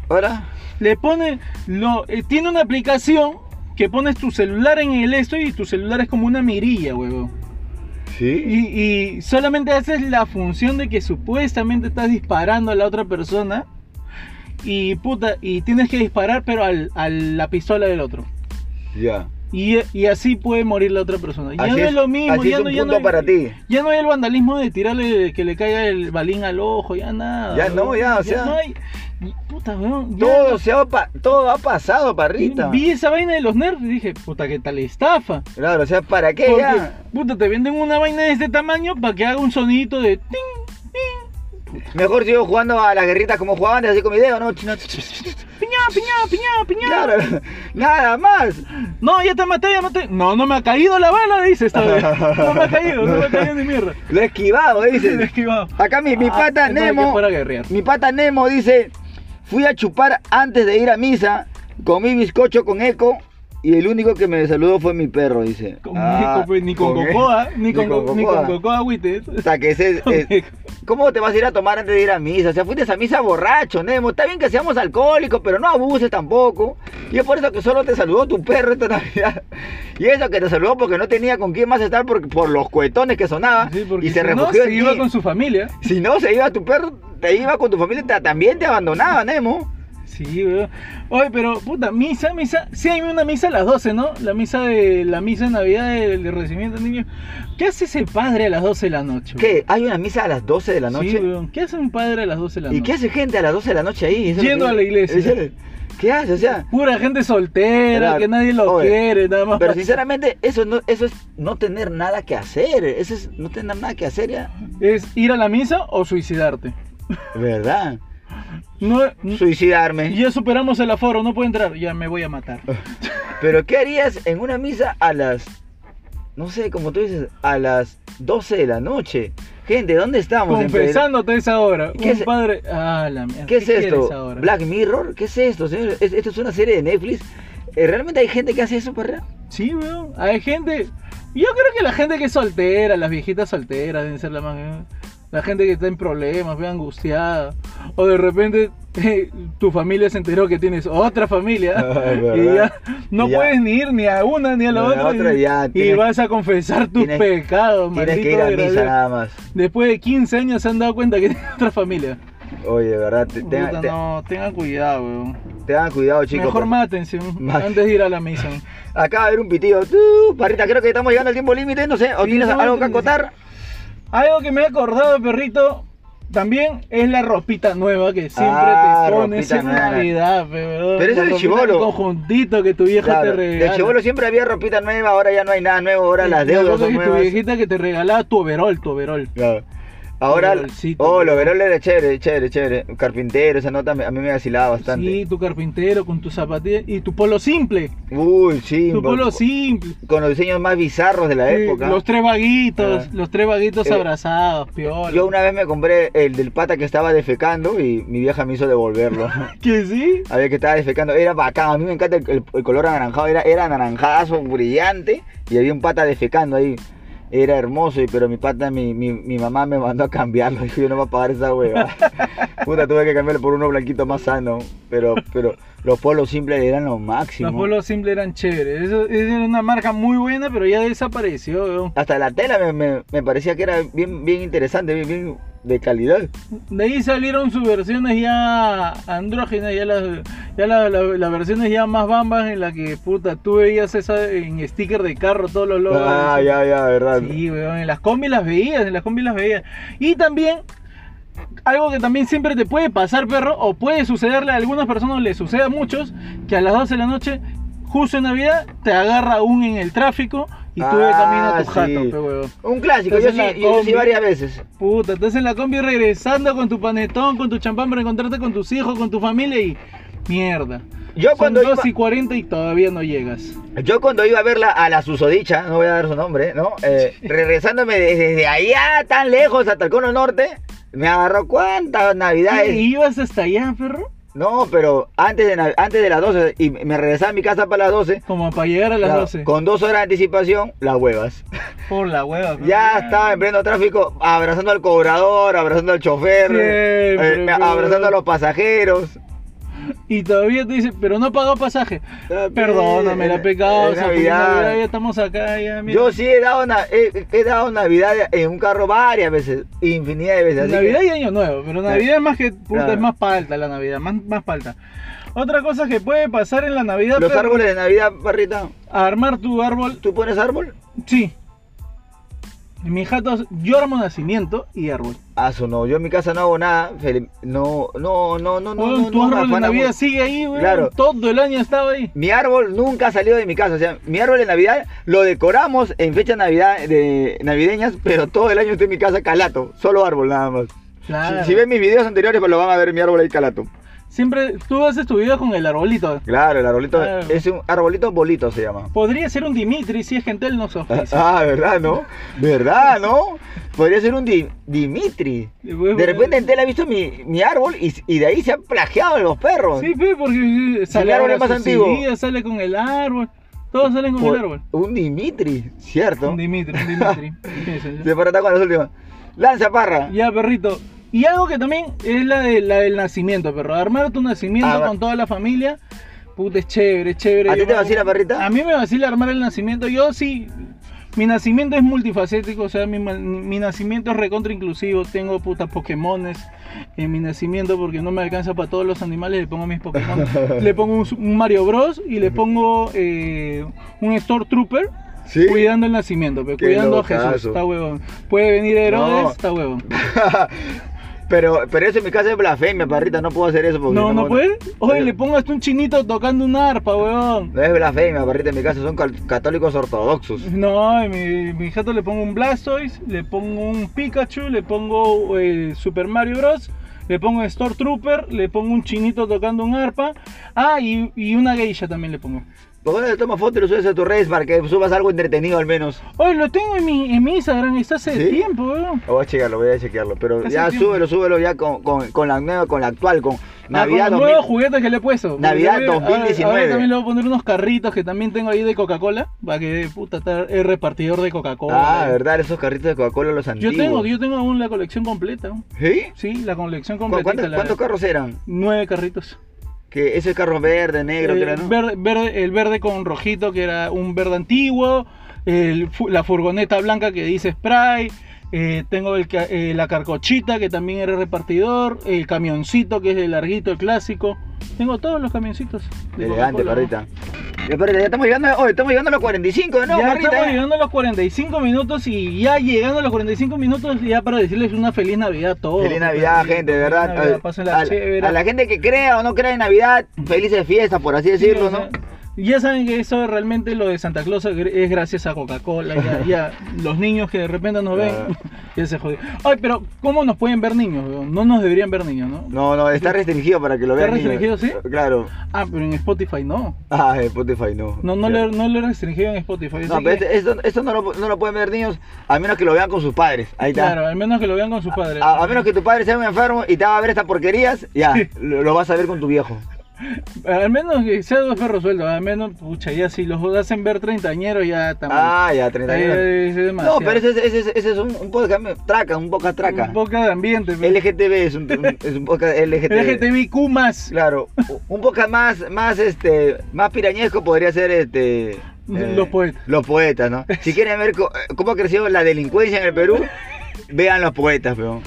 Ahora. Le pone, lo, eh, tiene una aplicación que pones tu celular en el esto y tu celular es como una mirilla, huevón. Sí. Y, y solamente haces la función de que supuestamente estás disparando a la otra persona. Y puta, y tienes que disparar, pero al- a la pistola del otro. Ya. Y, y así puede morir la otra persona. Ya Así no es, es- lo mismo. así ya es no, un ya punto no hay- para ti. Ya no hay el vandalismo de tirarle que le caiga el balín al ojo, ya nada. Ya no, weón. ya, o sea. no hay. y- Puta, weón. ya Todo, no- se ha, pa- todo ha pasado, parrita. Vi esa vaina de los nerds y dije, puta, qué tal estafa. Claro, o sea, ¿para qué Porque, ya? puta, te venden una vaina de este tamaño para que haga un sonidito de ting, Mejor sigo jugando a las guerritas como jugaban antes, así con mi dedo, ¿no? Chino- piñá, piñá, piñá, piñá. Claro, nada más. No, ya te maté, ya maté. No, no me ha caído la bala, dice esta vez. No me ha caído, no me ha caído ni mierda. Lo he esquivado, Lo he dice. esquivado. Acá mi, mi Ah, pata entonces que Nemo. fuera a guerrear. Mi pata Nemo dice: Fui a chupar antes de ir a misa. Comí bizcocho con eco Y el único que me saludó fue mi perro, dice. Con- Ah, ni con, ni con él. cocoa, ni con, co- ni con cocoa. cocoa, agüite. O sea, que ese, es- ¿Cómo te vas a ir a tomar antes de ir a misa? O sea, fuiste a misa borracho, Nemo. Está bien que seamos alcohólicos, pero no abuses tampoco. Y es por eso que solo te saludó tu perro esta Navidad. Y eso que te saludó porque no tenía con quién más estar por, por los cuetones que sonaban. Sí, porque y se si no, refugió se en iba ti. con su familia. Si no se iba tu perro, te iba con tu familia, te- también te abandonaba, Nemo. Sí, weón. Oye, pero puta, misa, misa. Sí, hay una misa a las 12, ¿no? La misa de la misa de Navidad del de recibimiento del niño. ¿Qué hace ese padre a las 12 de la noche? weón? ¿Qué? ¿Hay una misa a las 12 de la Sí, noche? weón. ¿Qué hace un padre a las 12 de la noche? ¿Y qué hace gente a las 12 de la noche ahí? Eso es lo Yendo que- a la iglesia. Eso es- ¿Qué hace? O sea, Pura gente soltera, Claro. que nadie lo Oye, quiere, nada más. Pero sinceramente, eso no, eso es no tener nada que hacer. Eso es no tener nada que hacer ya. Es ir a la misa o suicidarte. ¿Verdad? No, Suicidarme. Mm. ya superamos el aforo, no puedo entrar. Ya me voy a matar. Pero ¿qué harías en una misa a las, no sé, como tú dices, a las 12 de la noche? Gente, ¿dónde estamos? en Pedro? Confesándote esa hora. ¿Qué un es- padre. Ah, la mierda. ¿Qué es quieres esto? ahora? ¿Black Mirror? ¿Qué es esto, señor? ¿Es- ¿Esto es una serie de Netflix? Eh, ¿Realmente hay gente que hace eso, perra? Sí, weón. Hay gente. Yo creo que la gente que es soltera, las viejitas solteras deben ser la más. La gente que está en problemas, ve angustiada. O de repente eh, tu familia se enteró que tienes otra familia. Ay, y ¿verdad? ya no Y ya- puedes ni ir ni a una ni a la Ni a la otra. otra, y, ya y tienes- vas a confesar tus tienes- pecados, Tienes maldito que ir a desgraciado. misa nada más. Después de 15 años se han dado cuenta que tienes otra familia. Oye, de ¿verdad? Te, te- Puta, te- no, tengan cuidado, weón. tengan cuidado, chicos. pues. Mejor por- mátense Más- antes de ir a la misa. Acaba de haber un pitido. Tú, parrita, creo que estamos llegando al tiempo límite, no sé. ¿O Sí, tienes no, algo que sí. acotar? Algo que me he acordado, perrito, también es la ropita nueva que siempre Ah, te pones ropita en nueva. Navidad, pero. Pero eso es de chibolo. conjuntito que tu vieja Claro, te de regala. chivolo siempre había ropita nueva, ahora ya no hay nada nuevo, ahora las Me deudas acuerdo son que tu nuevas. viejita que te regalaba tu overol, tu overol. Claro. Ahora, Overolcito, oh, weón. lo overol era chévere, chévere, chévere. Carpintero, esa nota me- a mí me vacilaba bastante. Sí, tu carpintero con tus zapatillas y tu polo simple. Uy, sí. Tu po- polo simple. Con los diseños más bizarros de pues. la Sí, época. Los tres vaguitos, Ah. los tres vaguitos Eh, abrazados, piola. Yo una vez me compré el del pata que estaba defecando y mi vieja me hizo devolverlo. Que sí. Había que estaba defecando, era bacán, a mí me encanta el, el- el color anaranjado, era, era anaranjazo, brillante, y había un pata defecando ahí, era hermoso, y- pero mi pata, mi, mi, mi mamá me mandó a cambiarlo, dijo yo no voy a pagar esa hueva. Puta, tuve que cambiarlo por uno blanquito más sano, pero, pero los polos simples eran lo máximo. Los polos simples eran chéveres. Eso, esa era una marca muy buena, pero ya desapareció, weón. Hasta la tela me, me- me parecía que era bien, bien interesante, bien, bien de calidad. De ahí salieron sus versiones ya andrógenas, ya las, ya la- la- las versiones ya más bambas en las que puta, tú veías esa en sticker de carro todos los logos. ah, ya, ya, verdad. Sí, weón, en las combis las veías, en las combis las veías. Y también, algo que también siempre te puede pasar, perro, o puede sucederle a algunas personas, le sucede a muchos, que a las 12 de la noche, justo en Navidad, te agarra un en el tráfico y tú de camino a tu Ah, sí. jato, pe, weón. Un clásico, yo sí, Entonces la yo sí combi- varias veces. Puta, estás en la combi regresando con tu panetón, con tu champán para encontrarte con tus hijos, con tu familia y. Mierda. Yo Son cuando 2 iba- y 40 y todavía no llegas. Yo cuando iba a verla a la susodicha, no voy a dar su nombre, ¿no? Eh, regresándome de- desde allá tan lejos hasta el cono norte, me agarró cuántas navidades. ¿Y ibas hasta allá, perro? No, pero antes de, nav- antes de las 12, y me regresaba a mi casa para las 12. Como para llegar a las claro, 12. Con dos horas de anticipación, las huevas. Por la hueva. perro. Ya estaba en pleno tráfico, abrazando al cobrador, abrazando al chofer, Siempre, eh, pero- abrazando a los pasajeros. Y todavía te dice, pero no pagó pasaje. Ah, Perdóname, pe- la pecado. es Navidad. ya estamos acá, ya. mira. Yo sí he dado, na- he, he dado Navidad en un carro varias veces, infinidad de veces. así que- Navidad y Año Nuevo, pero Navidad es más que puta, Claro. es más palta la Navidad, más, más palta. Otra cosa que puede pasar en la Navidad, Los perro, árboles de Navidad, parrita. armar tu árbol ¿Tú pones árbol? Sí. En mi jato yo armo nacimiento y árbol. Ah, eso no. Yo en mi casa no hago nada. Fel- No, no, no, no, no. Weón, no, tu no, me árbol de afana Navidad mucho. sigue ahí, weón. Claro. Todo el año estaba ahí. Mi árbol nunca ha salido de mi casa. O sea, mi árbol de Navidad lo decoramos en fechas navidad, de, navideñas, pero todo el año estoy en mi casa calato. Solo árbol nada más. Claro. Si, si ven mis videos anteriores, pues lo van a ver mi árbol ahí calato. Siempre tú haces tu vida con el arbolito. Claro, el arbolito Claro. es un arbolito bolito se llama. Podría ser un Dimitri si es gente él nos ofrece. Ah, ¿verdad, no? ¿Verdad, no? Podría ser un Di- Dimitri. De repente en tela ha visto mi, mi árbol y, y de ahí se han plagiado los perros. Sí, pe, porque eh, sale árbol ahora es más su antiguo. silla, sale con el árbol. Todos salen con Por- el árbol. Un Dimitri, ¿cierto? Un Dimitri, un Dimitri. Ese, ya. Se para con los últimos. Lanza parra. Ya, perrito. Y algo que también es la, de, la del nacimiento, perro. Armar tu nacimiento Ah, va. con toda la familia. Puta, es chévere, es chévere. ¿A ti Yo te me- vacila, perrita? A mí me vacila armar el nacimiento. Yo sí. Mi nacimiento es multifacético, o sea, mi, ma- mi nacimiento es recontra inclusivo. Tengo putas Pokémones en mi nacimiento porque no me alcanza para todos los animales. Le pongo mis Pokémon. le pongo un, un Mario Bros. y le pongo eh, un Stormtrooper Sí. cuidando el nacimiento, pe, Qué cuidando a Jesús. locazo. Está huevón. Puede venir Herodes, No. está huevón. pero, pero eso en mi casa es blasfemia, parrita. No puedo hacer eso porque. No, no puede. Oye, Pero- le pongo hasta un chinito tocando un arpa, huevón. No es blasfemia, parrita. En mi casa son cal- católicos ortodoxos. No, a mi, mi gato le pongo un Blastoise, le pongo un Pikachu, le pongo eh, Super Mario Bros. Le pongo un Stormtrooper, le pongo un chinito tocando un arpa. Ah, y, y una geisha también le pongo. ¿Por qué no le tomas foto y lo subes a tus redes para que subas algo entretenido al menos? Oye, lo tengo en mi, en mi Instagram, está hace ¿Sí? tiempo, weón. Lo voy a checarlo, voy a chequearlo. Pero Hace ya tiempo. súbelo, súbelo ya con, con, con la nueva, con la actual, con Navidad ah, con 2000. los nuevos juguetes que le he puesto. Navidad Le voy a- ahora- 2019. Ahora también le voy a poner unos carritos que también tengo ahí de Coca-Cola. Para que, puta, estar el repartidor de Coca-Cola. Ah, verdad, esos carritos de Coca-Cola los Yo antiguos. tengo, yo tengo aún la colección completa. ¿no? ¿Sí? Sí, la colección ¿Cu- completa. ¿Cuántos, cuántos carros eran? Nueve carritos. Que ese carro verde, negro, Eh, que era, ¿no? verde- verde- el verde con rojito, que era un verde antiguo. el fu- la furgoneta blanca que dice spray. eh, tengo el ca- eh, la carcochita, que también era repartidor. El camioncito, que es el larguito, el clásico. Tengo todos los camioncitos. de Elegante, Coca-Cola, ¿no? parrita. Ya, parrita, ya estamos llegando, oh, estamos llegando a los 45 de nuevo, ya parrita. estamos ¿eh? llegando a los 45 minutos y ya llegando a los 45 minutos ya para decirles una feliz Navidad a todos. Feliz Navidad, gente, de verdad. Oh, Feliz Navidad, pásenla a, chévere. a la gente que crea o no crea en Navidad, felices fiestas, por así Sí, decirlo, o sea, ¿no? Ya saben que eso realmente lo de Santa Claus es gracias a Coca-Cola. Ya, ya los niños que de repente nos ven, Claro. ya se jodió. Ay, pero ¿cómo nos pueden ver niños? weón? No nos deberían ver niños, ¿no? No, no, está restringido para que lo ¿Está vean. niños. restringido, sí? Claro. Ah, pero en Spotify no. Ah, Spotify no. No, no, Ya. lo, no lo he restringido en Spotify. así No, pero que- este- esto, esto no, lo, no lo pueden ver niños a menos que lo vean con sus padres. Ahí está. Ah, Claro, al menos que lo vean con sus padres. A, a menos que tu padre sea un enfermo y te va a ver estas porquerías, ya, lo, lo vas a ver con tu viejo. Al menos que sea dos perros sueltos, al menos, pucha, ya si los hacen ver treintañeros, ya también. Ah, ya, 30 años. No, pero ese, es- ese es- ese es un, un podcast me- traca, un podcast traca. Un poco de ambiente, pero. LGTB es un, un- es un podcast LGTB. LGTBIQ más. Claro, u- un podcast más, más, este, más pirañesco podría ser este. Los poetas. Los poetas, ¿no? Si quieren ver co- eh, cómo ha crecido la delincuencia en el Perú, vean los poetas, peón.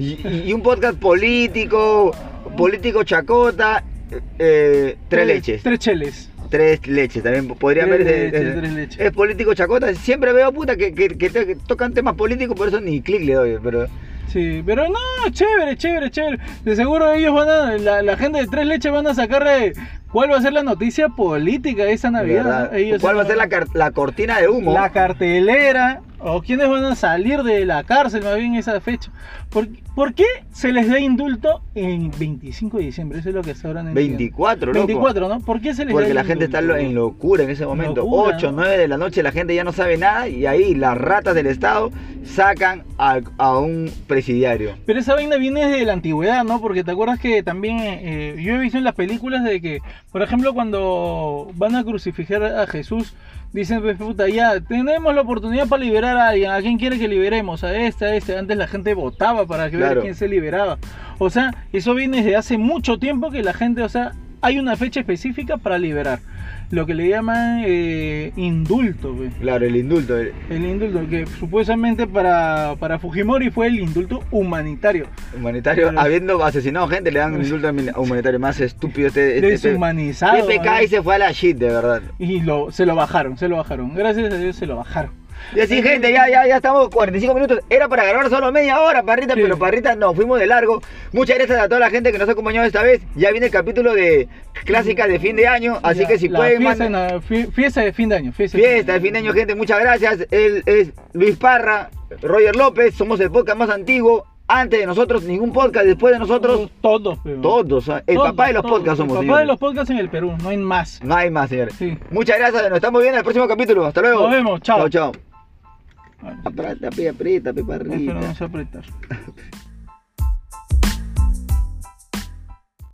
Y, y- y un podcast político, político chacota, eh, tres leches. Tres cheles. Tres leches, también podría Tres ver. ese- leches, ese- tres leches. Es político chacota. Siempre veo puta que, que- que te- que tocan temas políticos, por eso ni clic le doy. Pero Sí, pero no, chévere, chévere, chévere. De seguro ellos van a, la, la gente de Tres Leches van a sacar eh, cuál va a ser la noticia política de esa Navidad. ¿verdad? ¿no? Ellos ¿Cuál va a van ser la, car- la cortina de humo? la cartelera o quiénes van a salir de la cárcel más bien esa fecha. ¿Por, por qué se les da indulto en 25 de diciembre? Eso es lo que hasta ahora no entiendo. 24, loco. 24, ¿no? ¿Por qué se les Porque da la el gente está indulto? en locura en ese momento. Locura. 8, 9 de la noche la gente ya no sabe nada y ahí las ratas del Estado sacan a, a un presidiario. Pero esa vaina viene desde la antigüedad, ¿no? Porque te acuerdas que también eh, yo he visto en las películas de que, por ejemplo, cuando van a crucificar a Jesús, dicen, pues puta, ya, tenemos la oportunidad para liberar a alguien, ¿a quién quiere que liberemos? A este, a este. Antes la gente votaba para que Claro. ver quién se liberaba. O sea, eso viene desde hace mucho tiempo que la gente, o sea, hay una fecha específica para liberar. Lo que le llaman eh, indulto, güey. Claro, el indulto. el- El indulto, que supuestamente para, para Fujimori fue el indulto humanitario. Humanitario, Claro. habiendo asesinado gente, le dan un indulto humani- humanitario más estúpido este. este- este- Deshumanizado. Pepe Kai ¿no? se fue a la shit, de verdad. Y lo, se lo bajaron, se lo bajaron. Gracias a Dios se lo bajaron. Y así, gente, ya, ya, ya estamos 45 minutos. Era para grabar solo media hora, parrita, Sí. pero parrita nos fuimos de largo. Muchas gracias a toda la gente que nos ha acompañado esta vez. Ya viene el capítulo de clásicas de fin de año, así Ya, que si la pueden Fiesta, manden- na- fie- fiesta de fin de año. Fiesta, Fiesta de fin de año, gente, muchas gracias. Él es Luis Parra, Roger López, somos el podcast más antiguo. Antes de nosotros, ningún podcast, después de nosotros, Todos, pero- todos. ¿ah? El todos, papá de los todos. podcasts somos, El papá de señores. los podcasts en el Perú, no hay más. No hay más, señores. Sí. Muchas gracias, nos estamos viendo en el próximo capítulo. Hasta luego. Nos vemos, chao. Chao, chao. Ay, Aprieta, pe, aprieta, pe, Espero no parrita. se apretar.